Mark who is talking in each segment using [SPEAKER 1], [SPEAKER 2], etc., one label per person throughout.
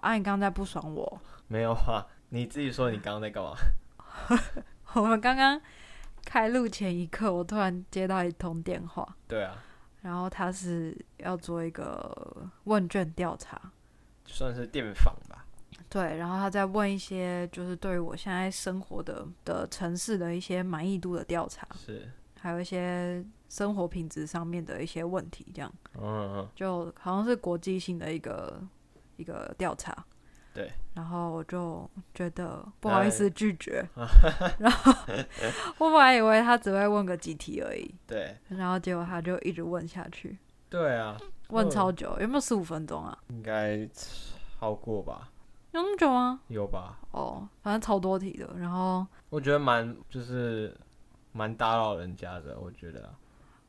[SPEAKER 1] 啊，你刚刚在不爽我。
[SPEAKER 2] 没有啊，你自己说你刚刚在干嘛？
[SPEAKER 1] 我们刚刚开录前一刻，我突然接到一通电话，
[SPEAKER 2] 对啊，
[SPEAKER 1] 然后他是要做一个问卷调查，
[SPEAKER 2] 算是电访吧。
[SPEAKER 1] 对，然后他在问一些就是对于我现在生活的的城市的一些满意度的调查，
[SPEAKER 2] 是，
[SPEAKER 1] 还有一些生活品质上面的一些问题，这样
[SPEAKER 2] 嗯嗯，
[SPEAKER 1] 就好像是国际性的一个一个调查。
[SPEAKER 2] 对。
[SPEAKER 1] 然后我就觉得不
[SPEAKER 2] 然后
[SPEAKER 1] 好意
[SPEAKER 2] 你
[SPEAKER 1] 思拒绝，然后 我本来以为他只会问个几题而已，
[SPEAKER 2] 对
[SPEAKER 1] 然后结果他就一直问下去，
[SPEAKER 2] 对啊，
[SPEAKER 1] 问
[SPEAKER 2] 嗯
[SPEAKER 1] 超久，有没有十五分钟啊？
[SPEAKER 2] 应该超过吧？
[SPEAKER 1] 有那么久吗？
[SPEAKER 2] 有吧？
[SPEAKER 1] 哦，反正超多题的。然后
[SPEAKER 2] 我觉得蛮就是蛮打扰人家的，我觉得啊、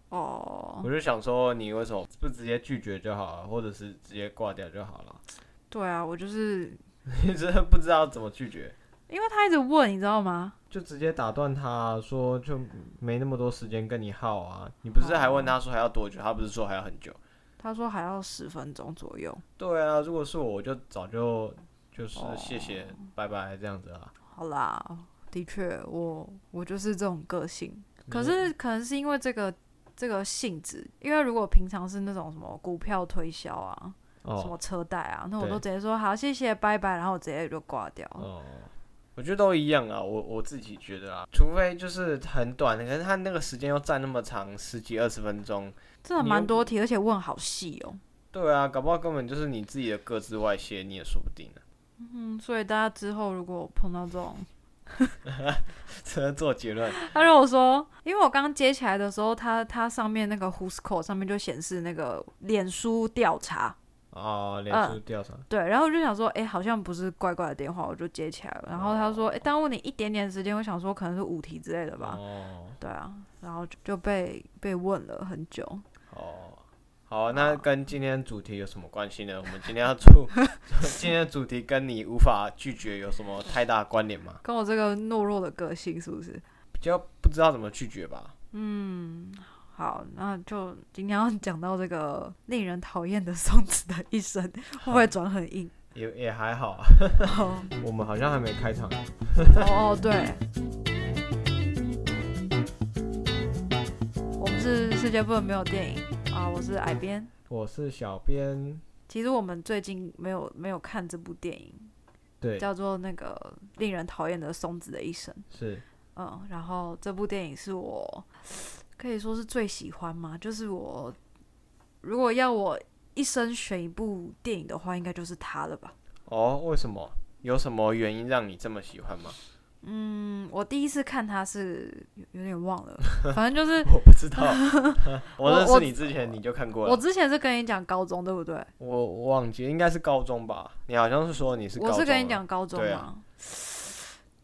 [SPEAKER 1] 哦，
[SPEAKER 2] 我就想说你为什么不直接拒绝就好了，或者是直接挂掉就好了？
[SPEAKER 1] 对啊，我就是
[SPEAKER 2] 你真的不知道怎么拒绝，
[SPEAKER 1] 因为他一直问，你知道吗？
[SPEAKER 2] 就直接打断他说就没那么多时间跟你耗啊。你不是还问他说还要多久？他不是说还要很久？
[SPEAKER 1] 他说还要十分钟左右，
[SPEAKER 2] 对啊，如果是我，我就早就就是
[SPEAKER 1] 哦
[SPEAKER 2] 谢谢、拜拜这样子啊。
[SPEAKER 1] 好啦，的确，我我就是这种个性。
[SPEAKER 2] 你
[SPEAKER 1] 可是可能是因为这个这个性质，因为如果平常是那种什么股票推销啊、什么
[SPEAKER 2] 哦
[SPEAKER 1] 车贷啊，那我
[SPEAKER 2] 对
[SPEAKER 1] 都直接说好谢谢拜拜，然后我直接就挂掉了。
[SPEAKER 2] 哦，我觉得都一样啊。我我自己觉得啊，除非就是很短，可是他那个时间又占那么长，十几二十分钟。
[SPEAKER 1] 真的
[SPEAKER 2] 你
[SPEAKER 1] 蛮
[SPEAKER 2] 又
[SPEAKER 1] 多题，而且问好细哦、
[SPEAKER 2] 对啊，搞不好根本就是你自己的各自外泄，你也说不定啊 呢、
[SPEAKER 1] 嗯，所以大家之后如果碰到这种，
[SPEAKER 2] 只能做结论。
[SPEAKER 1] 他如果说，因为我刚接起来的时候，他他上面那个 Who's Call 上面就显示那个脸书调查，
[SPEAKER 2] 哦，脸
[SPEAKER 1] 嗯
[SPEAKER 2] 书调查，
[SPEAKER 1] 对，然后我就想说，哎、好像不是怪怪的电话，我就接起来了。然后他说，哎、耽误你一点点时间，我想说可能是五题之类的吧。
[SPEAKER 2] 哦哦
[SPEAKER 1] 对啊，然后就就被被问了很久。
[SPEAKER 2] 哦。好，那跟今天主题有什么关系呢？我们今天 要出今天的主题跟你无法拒绝有什么太大关联吗？
[SPEAKER 1] 跟我这个懦弱的个性是不是？
[SPEAKER 2] 比较不知道怎么拒绝吧。
[SPEAKER 1] 好，那就今天要 讲到这个令人讨厌的松子的一生，会不会转很硬？
[SPEAKER 2] 也也还好啊，
[SPEAKER 1] 哦
[SPEAKER 2] 我们好像还没开场。
[SPEAKER 1] 哦，对，我们是世界不能没有电影啊，我是矮边。
[SPEAKER 2] 我是小编，
[SPEAKER 1] 其实我们最近没有没有看这部电影，
[SPEAKER 2] 对，
[SPEAKER 1] 叫做那个令人讨厌的松子的一生，
[SPEAKER 2] 是
[SPEAKER 1] 嗯，然后这部电影是我可以说是最喜欢嘛，就是我如果要我一生选一部电影的话，应该就是它了吧。
[SPEAKER 2] 哦。为什么？有什么原因让你这么喜欢吗？
[SPEAKER 1] 嗯，我第一次看它是有有点忘了，反正 就是
[SPEAKER 2] 我不 知道，我认
[SPEAKER 1] 我
[SPEAKER 2] 识你之前你就看过
[SPEAKER 1] 我
[SPEAKER 2] 了，
[SPEAKER 1] 之前是跟你讲高中对不对？
[SPEAKER 2] 我我忘记应该是高中吧？你好像是说你是高
[SPEAKER 1] 我
[SPEAKER 2] 中，
[SPEAKER 1] 是跟你，讲高中
[SPEAKER 2] 对
[SPEAKER 1] 嘛。
[SPEAKER 2] 啊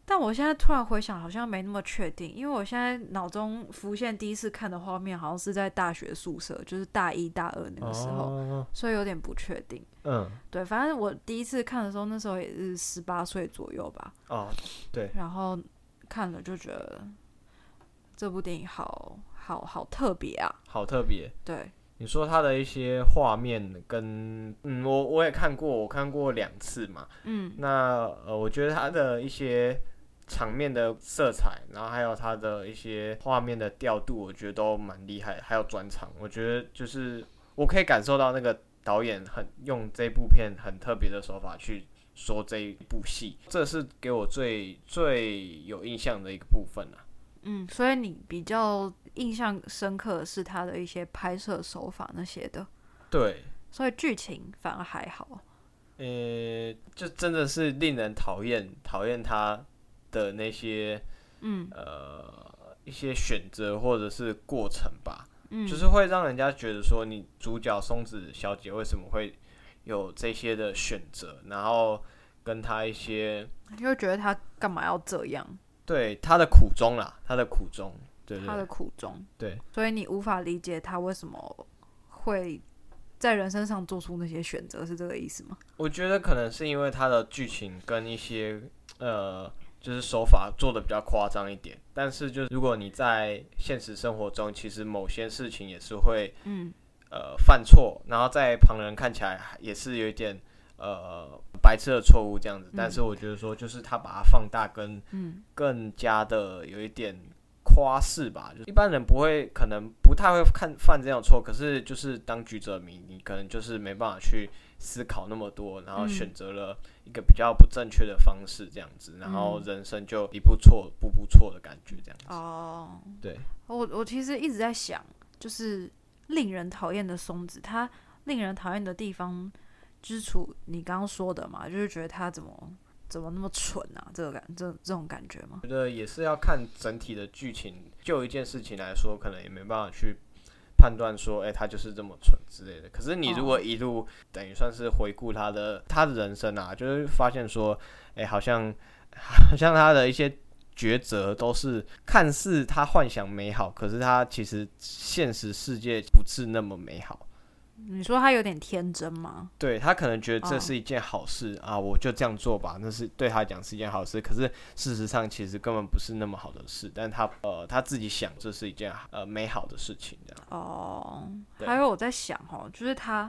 [SPEAKER 1] 但我现在突然回想，好像没那么确定，因为我现在脑中浮现第一次看的画面，好像是在大学宿舍，就是大一大二那个时候，
[SPEAKER 2] 哦，
[SPEAKER 1] 所以有点不确定。
[SPEAKER 2] 嗯，
[SPEAKER 1] 对，反正我第一次看的时候，那时候也是十八岁左右吧，
[SPEAKER 2] 哦，
[SPEAKER 1] 然后看了就觉得这部电影好好好特别啊，
[SPEAKER 2] 好特别。
[SPEAKER 1] 对，
[SPEAKER 2] 你说他的一些画面跟嗯，我我也看过，我看过两次嘛。
[SPEAKER 1] 嗯，
[SPEAKER 2] 那呃，我觉得它的一些场面的色彩，然后还有它的一些画面的调度，我觉得都蛮厉害。还有转场，我觉得就是我可以感受到那个导演很用这部片很特别的手法去说这一部戏，这是给我最最有印象的一个部分啊。
[SPEAKER 1] 嗯，所以你比较印象深刻的是他的一些拍摄手法那些的，
[SPEAKER 2] 对，
[SPEAKER 1] 所以剧情反而还好。
[SPEAKER 2] 呃，就真的是令人讨厌，讨厌他的那些
[SPEAKER 1] 嗯
[SPEAKER 2] 呃一些选择或者是过程吧。
[SPEAKER 1] 嗯，
[SPEAKER 2] 就是会让人家觉得说，你主角松子小姐为什么会有这些的选择，然后跟她一些
[SPEAKER 1] 又觉得他干嘛要这样，
[SPEAKER 2] 对她的苦衷啦，她的苦衷，对对
[SPEAKER 1] 他的
[SPEAKER 2] 对
[SPEAKER 1] 苦衷，
[SPEAKER 2] 对
[SPEAKER 1] 所以你无法理解他为什么会在人身上做出那些选择，是这个意思吗？
[SPEAKER 2] 我觉得可能是因为她的剧情跟一些呃，就是手法做的比较夸张一点，但是就是如果你在现实生活中，其实某些事情也是会
[SPEAKER 1] 嗯
[SPEAKER 2] 呃犯错，然后在旁人看起来也是有一点呃白痴的错误这样子，但是我觉得说就是他把它放大跟
[SPEAKER 1] 嗯
[SPEAKER 2] 更加的有一点夸饰吧，就一般人不会，可能不太会看犯这样的错，可是就是当局者迷，你可能就是没办法去思考那么多，然后
[SPEAKER 1] 嗯
[SPEAKER 2] 选择了一个比较不正确的方式这样子，然后
[SPEAKER 1] 嗯
[SPEAKER 2] 人生就一步错步步错的感觉这样子。
[SPEAKER 1] 哦，
[SPEAKER 2] 对，
[SPEAKER 1] 我我其实一直在想，就是令人讨厌的松子，他令人讨厌的地方之处，你刚刚说的嘛，就是觉得他怎么怎么那么蠢啊，这个感这这种感觉吗？
[SPEAKER 2] 觉得也是要看整体的剧情，就一件事情来说，可能也没办法去。判断说，哎、他就是这么蠢之类的。可是你如果一路、等于算是回顾他的他的人生啊，就是发现说，哎、好像好像他的一些抉择都是看似他幻想美好，可是他其实现实世界不是那么美好。
[SPEAKER 1] 你说他有点天真吗？
[SPEAKER 2] 对他可能觉得这
[SPEAKER 1] 哦
[SPEAKER 2] 是一件好事、啊，我就这样做吧，那是对他来讲是一件好事。可是事实上，其实根本不是那么好的事。但他呃他自己想，这是一件呃美好的事情，这样。
[SPEAKER 1] 哦，
[SPEAKER 2] 对
[SPEAKER 1] 还有我在想哦，就是他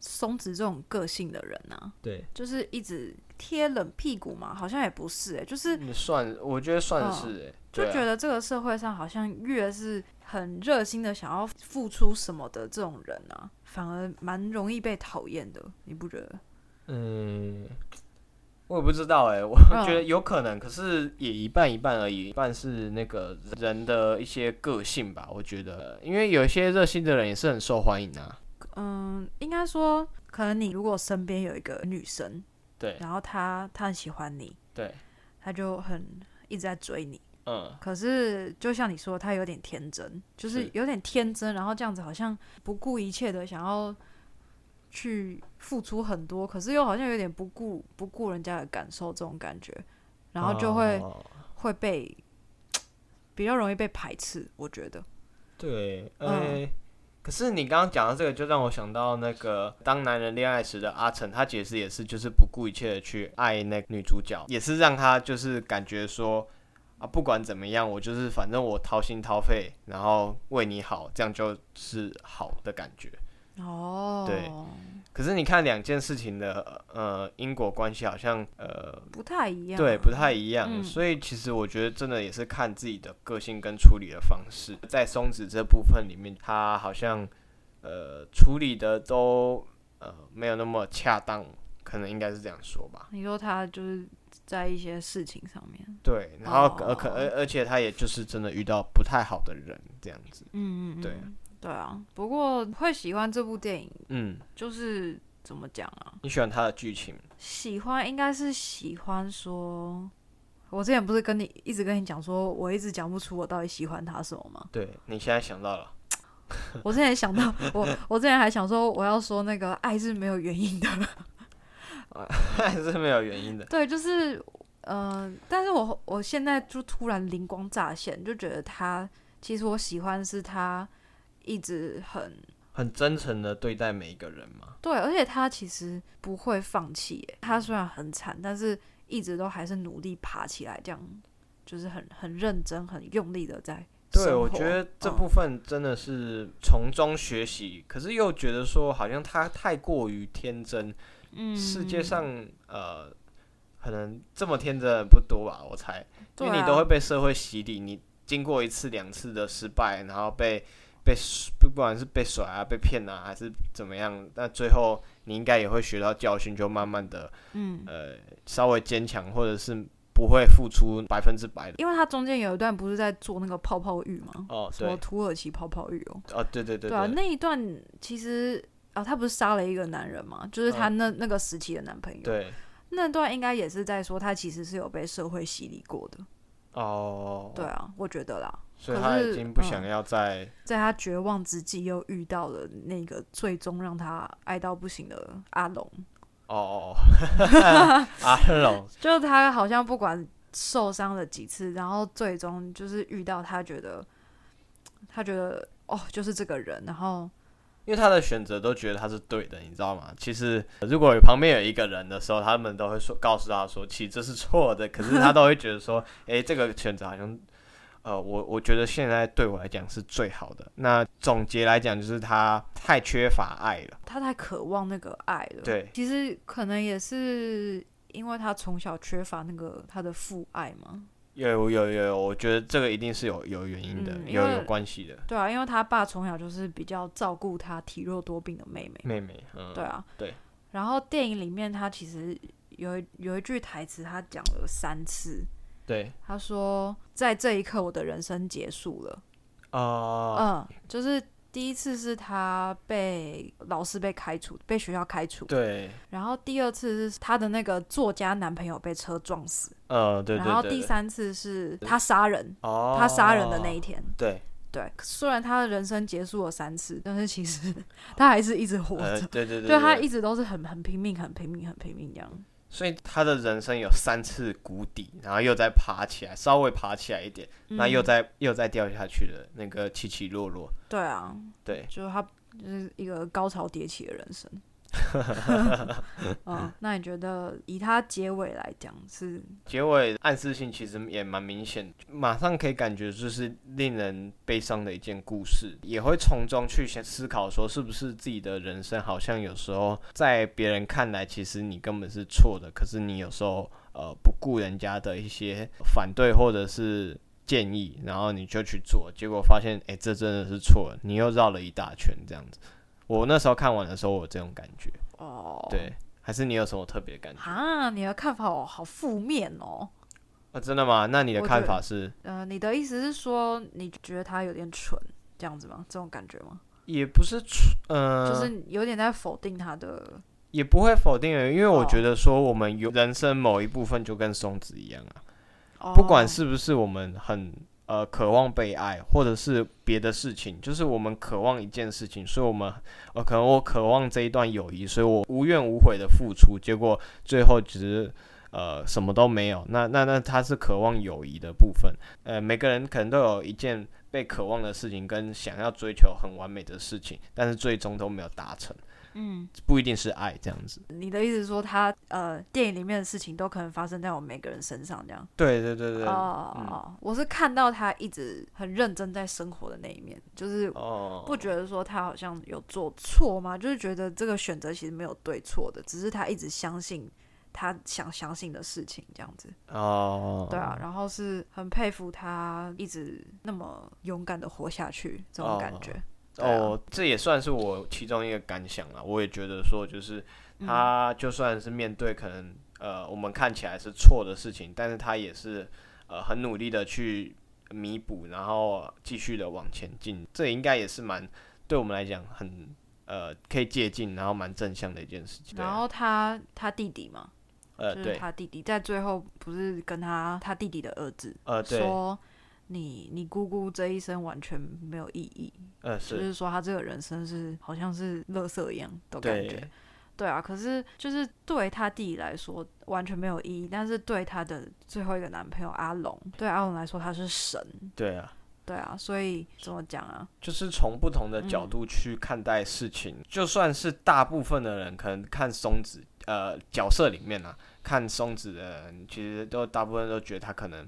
[SPEAKER 1] 松子这种个性的人啊，
[SPEAKER 2] 对，
[SPEAKER 1] 就是一直贴冷屁股嘛，好像也不是、欸，就是
[SPEAKER 2] 你算，我觉得算
[SPEAKER 1] 嗯
[SPEAKER 2] 是、欸，
[SPEAKER 1] 就
[SPEAKER 2] 嗯对啊
[SPEAKER 1] 觉得这个社会上好像越是很热心的想要付出什么的这种人啊，反而蛮容易被讨厌的，你不觉得？
[SPEAKER 2] 嗯，我也不知道哎、我
[SPEAKER 1] 嗯
[SPEAKER 2] 觉得有可能，可是也一半一半而已，一半是那个人的一些个性吧。我觉得，因为有一些热心的人也是很受欢迎啊。
[SPEAKER 1] 嗯，应该说，可能你如果身边有一个女生，
[SPEAKER 2] 对
[SPEAKER 1] 然后她她很喜欢你，
[SPEAKER 2] 对，
[SPEAKER 1] 她就很一直在追你。
[SPEAKER 2] 嗯，
[SPEAKER 1] 可是就像你说，她有点天真，就是
[SPEAKER 2] 是
[SPEAKER 1] 有点天真，然后这样子好像不顾一切的想要去付出很多，可是又好像有点不顾不顾人家的感受这种感觉，然后就会。
[SPEAKER 2] 哦
[SPEAKER 1] 会被比较容易被排斥，我觉得。
[SPEAKER 2] 对，呃、
[SPEAKER 1] 嗯
[SPEAKER 2] 可是你刚刚讲到这个，就让我想到那个当男人恋爱时的阿成，他其实也是就是不顾一切的去爱那个女主角，也是让她就是感觉说啊，不管怎么样，我就是反正我掏心掏肺，然后为你好，这样就是好的感觉。
[SPEAKER 1] 哦，
[SPEAKER 2] 对，可是你看两件事情的呃因果关系好像呃
[SPEAKER 1] 不太一样。
[SPEAKER 2] 对，不太一样。
[SPEAKER 1] 嗯
[SPEAKER 2] 所以其实我觉得真的也是看自己的个性跟处理的方式。在松子这部分里面，他好像呃处理的都呃没有那么恰当，可能应该是这样说吧。
[SPEAKER 1] 你说他就是在一些事情上面，
[SPEAKER 2] 对，然后
[SPEAKER 1] 哦
[SPEAKER 2] 而可而而且他也就是真的遇到不太好的人这样子。
[SPEAKER 1] 嗯嗯，嗯
[SPEAKER 2] 对，
[SPEAKER 1] 对啊。不过会喜欢这部电影，
[SPEAKER 2] 嗯，
[SPEAKER 1] 就是怎么讲啊？
[SPEAKER 2] 你喜欢他的剧情？
[SPEAKER 1] 喜欢应该是喜欢说。我之前不是跟你一直跟你讲说，我一直讲不出我到底喜欢他什么吗？
[SPEAKER 2] 对你现在想到了，
[SPEAKER 1] 我之前想到，我我之前还想说，我要说那个爱是没有原因的，
[SPEAKER 2] 还是没有原因的。
[SPEAKER 1] 对，就是呃，但是我我现在就突然灵光乍现，就觉得他其实我喜欢是他一直很
[SPEAKER 2] 很真诚的对待每一个人嘛。
[SPEAKER 1] 对，而且他其实不会放弃耶，他虽然很惨，但是一直都还是努力爬起来，这样就是很很认真、很用力的在生活。
[SPEAKER 2] 对，我觉得这
[SPEAKER 1] 嗯
[SPEAKER 2] 部分真的是从中学习，可是又觉得说好像他太过于天真。
[SPEAKER 1] 嗯
[SPEAKER 2] 世界上呃，可能这么天真的不多吧，我猜，因为
[SPEAKER 1] 对
[SPEAKER 2] 你
[SPEAKER 1] 啊
[SPEAKER 2] 都会被社会洗礼，你经过一次两次的失败，然后被被不管是被甩啊、被骗啊，还是怎么样，那最后你应该也会学到教训，就慢慢的
[SPEAKER 1] 嗯，
[SPEAKER 2] 稍微坚强，或者是不会付出百分之百的。
[SPEAKER 1] 因为他中间有一段不是在做那个泡泡浴吗？
[SPEAKER 2] 哦，
[SPEAKER 1] 什
[SPEAKER 2] 对
[SPEAKER 1] 么，土耳其泡泡浴哦、
[SPEAKER 2] 哦，对对对
[SPEAKER 1] 对啊，那一段其实啊，她不是杀了一个男人嘛，就是她那、那个时期的男朋友。，
[SPEAKER 2] 嗯对。
[SPEAKER 1] 那段应该也是在说她其实是有被社会洗礼过的。
[SPEAKER 2] 哦，
[SPEAKER 1] 对啊，我觉得啦，
[SPEAKER 2] 所以
[SPEAKER 1] 可
[SPEAKER 2] 他已
[SPEAKER 1] 是
[SPEAKER 2] 经不
[SPEAKER 1] 嗯
[SPEAKER 2] 想要再，
[SPEAKER 1] 在她绝望之际又遇到了那个最终让她爱到不行的阿龙，
[SPEAKER 2] 哦 哦哦，阿龙，
[SPEAKER 1] 就是她好像不管受伤了几次，然后最终就是遇到她觉得，她觉得哦，就是这个人，然后
[SPEAKER 2] 因为他的选择都觉得他是对的，你知道吗？其实呃如果有旁边有一个人的时候，他们都会说告诉他说，其实这是错的，可是他都会觉得说，诶，这个选择好像。呃，我我觉得现在对我来讲是最好的。那总结来讲，就是他太缺乏爱了。
[SPEAKER 1] 他太渴望那个爱了。
[SPEAKER 2] 对
[SPEAKER 1] 其实可能也是因为他从小缺乏那个他的父爱嘛。
[SPEAKER 2] 有有有有，我觉得这个一定是有有原因的，
[SPEAKER 1] 嗯因
[SPEAKER 2] 有
[SPEAKER 1] 为
[SPEAKER 2] 有关系的。
[SPEAKER 1] 对啊，因为他爸从小就是比较照顾他体弱多病的妹妹。
[SPEAKER 2] 妹妹，嗯，
[SPEAKER 1] 对啊，
[SPEAKER 2] 对。
[SPEAKER 1] 然后电影里面他其实有一有一句台词，他讲了三次。
[SPEAKER 2] 对，
[SPEAKER 1] 他说：“在这一刻，我的人生结束了。
[SPEAKER 2] 啊、
[SPEAKER 1] 嗯，就是第一次是他被老师被开除，被学校开除。
[SPEAKER 2] 对，
[SPEAKER 1] 然后第二次是他的那个作家男朋友被车撞死，
[SPEAKER 2] 呃，对对对。
[SPEAKER 1] 然后第，三次是他杀人，
[SPEAKER 2] 哦，
[SPEAKER 1] 他杀人的那一天。
[SPEAKER 2] 对，
[SPEAKER 1] 对，虽然他的人生结束了三次，但是其实 他还是一直活
[SPEAKER 2] 呃，
[SPEAKER 1] 着，
[SPEAKER 2] 对对对，
[SPEAKER 1] 就他
[SPEAKER 2] 对
[SPEAKER 1] 一直都是很很拼命、很拼命、很拼命这样。
[SPEAKER 2] 所以他的人生有三次谷底，然后又再爬起来，稍微爬起来一点，那
[SPEAKER 1] 嗯
[SPEAKER 2] 又再、又再掉下去了，那个起起落落。
[SPEAKER 1] 对啊，
[SPEAKER 2] 对，
[SPEAKER 1] 就是他就是一个高潮迭起的人 生。嗯，那你觉得以他结尾来讲是
[SPEAKER 2] 结尾暗示性其实也蛮明显，马上可以感觉就是令人悲伤的一件故事，也会从中去先思考说，是不是自己的人生好像有时候在别人看来，其实你根本是错的，可是你有时候呃不顾人家的一些反对或者是建议，然后你就去做，结果发现诶，这真的是错了，你又绕了一大圈这样子。我那时候看完的时候，我有这种感觉，
[SPEAKER 1] 哦，
[SPEAKER 2] 对，还是你有什么特别的感觉？
[SPEAKER 1] 啊，你的看法好好负面哦。
[SPEAKER 2] 啊，真的吗？那你的
[SPEAKER 1] 我
[SPEAKER 2] 看
[SPEAKER 1] 觉
[SPEAKER 2] 法是？
[SPEAKER 1] 呃，你的意思是说你觉得他有点蠢这样子吗？这种感觉吗？
[SPEAKER 2] 也不是出，呃，
[SPEAKER 1] 就是有点在否定他的
[SPEAKER 2] 也不会否定人，因为我
[SPEAKER 1] 哦
[SPEAKER 2] 觉得说我们有人生某一部分就跟松子一样啊，
[SPEAKER 1] 哦，
[SPEAKER 2] 不管是不是我们很呃渴望被爱，或者是别的事情，就是我们渴望一件事情，所以我们呃可能我渴望这一段友谊，所以我无怨无悔的付出，结果最后只是。呃，什么都没有，那那那他是渴望友谊的部分。呃，每个人可能都有一件被渴望的事情，跟想要追求很完美的事情，但是最终都没有达成。
[SPEAKER 1] 嗯，
[SPEAKER 2] 不一定是爱这样子。
[SPEAKER 1] 你的意思是说他呃电影里面的事情都可能发生在我们每个人身上这样。
[SPEAKER 2] 对对对对，
[SPEAKER 1] 哦、
[SPEAKER 2] 嗯
[SPEAKER 1] 哦我是看到他一直很认真在生活的那一面，就是
[SPEAKER 2] 哦，
[SPEAKER 1] 不觉得说他好像有做错吗？就是觉得这个选择其实没有对错的，只是他一直相信他想相信的事情这样子。
[SPEAKER 2] 哦，
[SPEAKER 1] 对啊，然后是很佩服他一直那么勇敢的活下去这种感觉。对啊
[SPEAKER 2] 哦，这也算是我其中一个感想了。我也觉得说，就是
[SPEAKER 1] 嗯
[SPEAKER 2] 他就算是面对可能呃我们看起来是错的事情，但是他也是呃很努力的去弥补，然后继续的往前进。这应该也是蛮对我们来讲很呃可以借鉴，然后蛮正向的一件事情。对啊
[SPEAKER 1] 然后他他弟弟嘛，
[SPEAKER 2] 呃
[SPEAKER 1] 就是
[SPEAKER 2] 对
[SPEAKER 1] 他弟弟在最后不是跟他他弟弟的儿子
[SPEAKER 2] 呃对
[SPEAKER 1] 说。你你姑姑这一生完全没有意义，
[SPEAKER 2] 呃
[SPEAKER 1] 就是是说他这个人生是好像是垃圾一样的感觉
[SPEAKER 2] 对。
[SPEAKER 1] 对啊，可是就是对他弟弟来说完全没有意义，但是对他的最后一个男朋友阿龙，对阿龙来说他是神，
[SPEAKER 2] 对啊。
[SPEAKER 1] 对啊，所以怎么讲啊？
[SPEAKER 2] 就是从不同的角度去看待事情，就算是大部分的人可能看松子呃角色里面啊，看松子的人，其实都大部分都觉得他可能，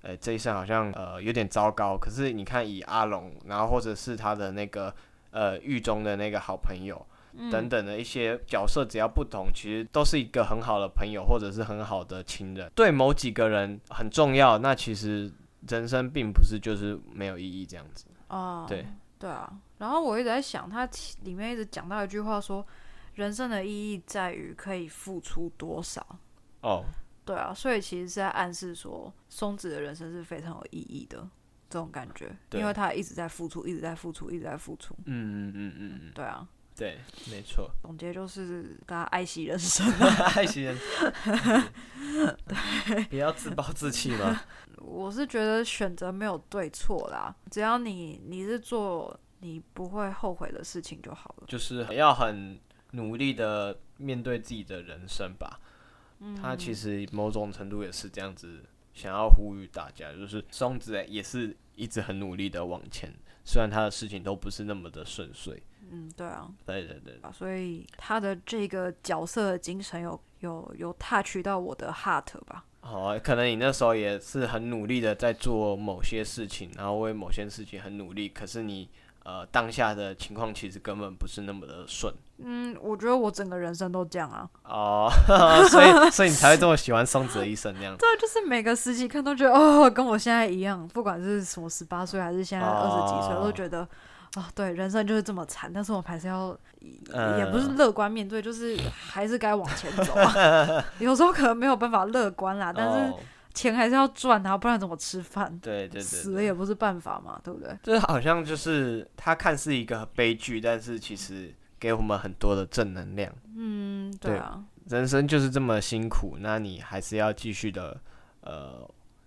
[SPEAKER 2] 呃这一生好像呃有点糟糕。可是你看以阿龙，然后或者是他的那个呃狱中的那个好朋友，等等的一些角色，只要不同，其实都是一个很好的朋友或者是很好的情人。对某几个人很重要，那其实人生并不是就是没有意义这样子。
[SPEAKER 1] 哦，
[SPEAKER 2] 对，
[SPEAKER 1] 对啊。然后我一直在想，他其里面一直讲到一句话说，人生的意义在于可以付出多少。
[SPEAKER 2] 哦，
[SPEAKER 1] 对啊，所以其实是在暗示说，松子的人生是非常有意义的这种感觉，
[SPEAKER 2] 对
[SPEAKER 1] 因为他一直在付出，一直在付出，一直在付出。
[SPEAKER 2] 嗯嗯嗯嗯嗯，
[SPEAKER 1] 对啊，
[SPEAKER 2] 对，没错，
[SPEAKER 1] 总结就是大家爱惜人生。
[SPEAKER 2] 爱惜人，不要自暴自弃 嘛。
[SPEAKER 1] 我是觉得选择没有对错啦，只要你你是做你不会后悔的事情就好了。
[SPEAKER 2] 就是要很努力的面对自己的人生吧。他其实某种程度也是这样子，想要呼吁大家，就是松子也是一直很努力的往前，虽然他的事情都不是那么的顺遂。
[SPEAKER 1] 嗯，对啊，
[SPEAKER 2] 对对对，
[SPEAKER 1] 啊所以他的这个角色的精神有有有 touch 到我的 heart 吧。
[SPEAKER 2] 好啊，可能你那时候也是很努力的在做某些事情，然后为某些事情很努力，可是你呃当下的情况其实根本不是那么的顺
[SPEAKER 1] 嗯，我觉得我整个人生都这样啊，
[SPEAKER 2] 哦，所以所以你才会这么喜欢松子的一生那 样子。
[SPEAKER 1] 对，就是每个时期看都觉得哦，跟我现在一样，不管是什么十八岁还是现在二十几岁，
[SPEAKER 2] 哦
[SPEAKER 1] 我都觉得啊、对，人生就是这么惨，但是我们还是要，
[SPEAKER 2] 嗯
[SPEAKER 1] 也不是乐观面对，就是还是该往前走啊。 有时候可能没有办法乐观啦，但是
[SPEAKER 2] 哦、
[SPEAKER 1] 钱还是要赚啊，不然怎么吃饭？
[SPEAKER 2] 对对对
[SPEAKER 1] 死
[SPEAKER 2] 对
[SPEAKER 1] 了也不是办法嘛，对不对？
[SPEAKER 2] 这好像就是它看似一个悲剧，但是其实给我们很多的正能量。
[SPEAKER 1] 嗯，
[SPEAKER 2] 对
[SPEAKER 1] 啊，
[SPEAKER 2] 人生就是这么辛苦，那你还是要继续的呃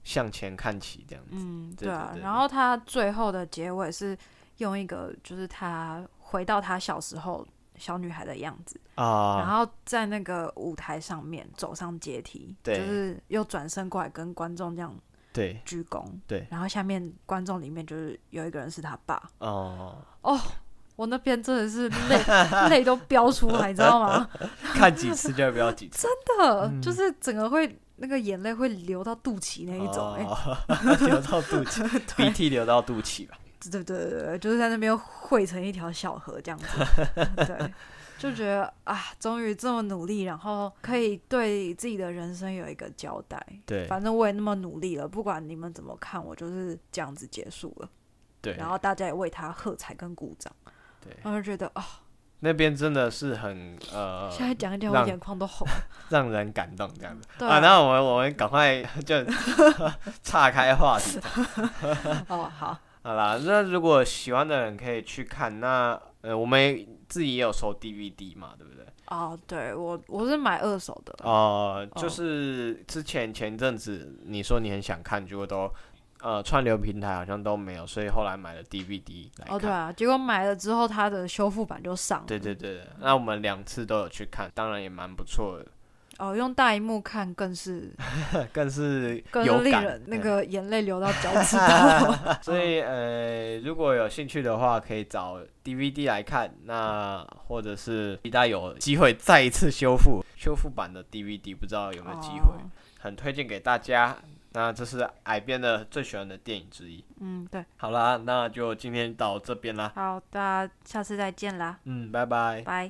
[SPEAKER 2] 向前看齐这样子。
[SPEAKER 1] 嗯，
[SPEAKER 2] 对
[SPEAKER 1] 对啊
[SPEAKER 2] 对。对
[SPEAKER 1] 然后他最后的结尾是用一个，就是他回到他小时候小女孩的样子。然
[SPEAKER 2] 啊、
[SPEAKER 1] 后在那个舞台上面走上阶梯，就
[SPEAKER 2] 对
[SPEAKER 1] 是又转身过来跟观众这样
[SPEAKER 2] 对，
[SPEAKER 1] 鞠躬，
[SPEAKER 2] 对
[SPEAKER 1] 然后下面观众里面就是有一个人是他爸，
[SPEAKER 2] 哦、
[SPEAKER 1] 我那边真的是泪 泪都飙出来，你知道 吗？
[SPEAKER 2] 看几次就不要几次
[SPEAKER 1] 真的，
[SPEAKER 2] 嗯
[SPEAKER 1] 就是整个会那个眼泪会流到肚脐那一种、哎、
[SPEAKER 2] 哦 流到肚 脐，鼻涕流到肚脐吧。
[SPEAKER 1] 对对对对对，就是在那边汇成一条小河这样 子，对，就觉得啊，终于这么努力，然后可以对自己的人生有一个交代，
[SPEAKER 2] 对
[SPEAKER 1] 反正我也那么努力了，不管你们怎么看，我就是这样子结束了。
[SPEAKER 2] 对，
[SPEAKER 1] 然后大家也为他喝彩跟鼓掌，
[SPEAKER 2] 对，
[SPEAKER 1] 我就觉得啊、
[SPEAKER 2] 那边真的是很呃
[SPEAKER 1] 现在讲一讲我
[SPEAKER 2] 让
[SPEAKER 1] 眼眶都红了。
[SPEAKER 2] 让人感动这样子
[SPEAKER 1] 对
[SPEAKER 2] 啊。那我们我们赶快就岔开话 题，
[SPEAKER 1] 哦，好，
[SPEAKER 2] 好啦，那如果喜欢的人可以去看，那呃，我们也自己也有收 DVD 嘛，对不对？
[SPEAKER 1] 哦，对我我是买二手的，
[SPEAKER 2] 哦、
[SPEAKER 1] 哦
[SPEAKER 2] 就是之前前阵子你说你很想看，结果都呃串流平台好像都没有，所以后来买了 DVD 来看。
[SPEAKER 1] 哦对啊，结果买了之后它的修复版就上了，
[SPEAKER 2] 对对对，对那我们两次都有去看，当然也蛮不错的，
[SPEAKER 1] 哦用大荧幕看更 是
[SPEAKER 2] 更是
[SPEAKER 1] 更
[SPEAKER 2] 有
[SPEAKER 1] 是令
[SPEAKER 2] 感
[SPEAKER 1] 人那
[SPEAKER 2] 嗯
[SPEAKER 1] 个眼泪流到脚趾头。
[SPEAKER 2] 所以呃，如果有兴趣的话，可以找 DVD 来看，那或者是期待有机会再一次修复修复版的 DVD，不知 道有没有机会，
[SPEAKER 1] 哦
[SPEAKER 2] 很推荐给大家。那这是矮边的最喜欢的电影之一。
[SPEAKER 1] 嗯，对，
[SPEAKER 2] 好啦，那就今天到这边啦，
[SPEAKER 1] 好，大家下次再见啦，
[SPEAKER 2] 嗯，拜拜。
[SPEAKER 1] 拜。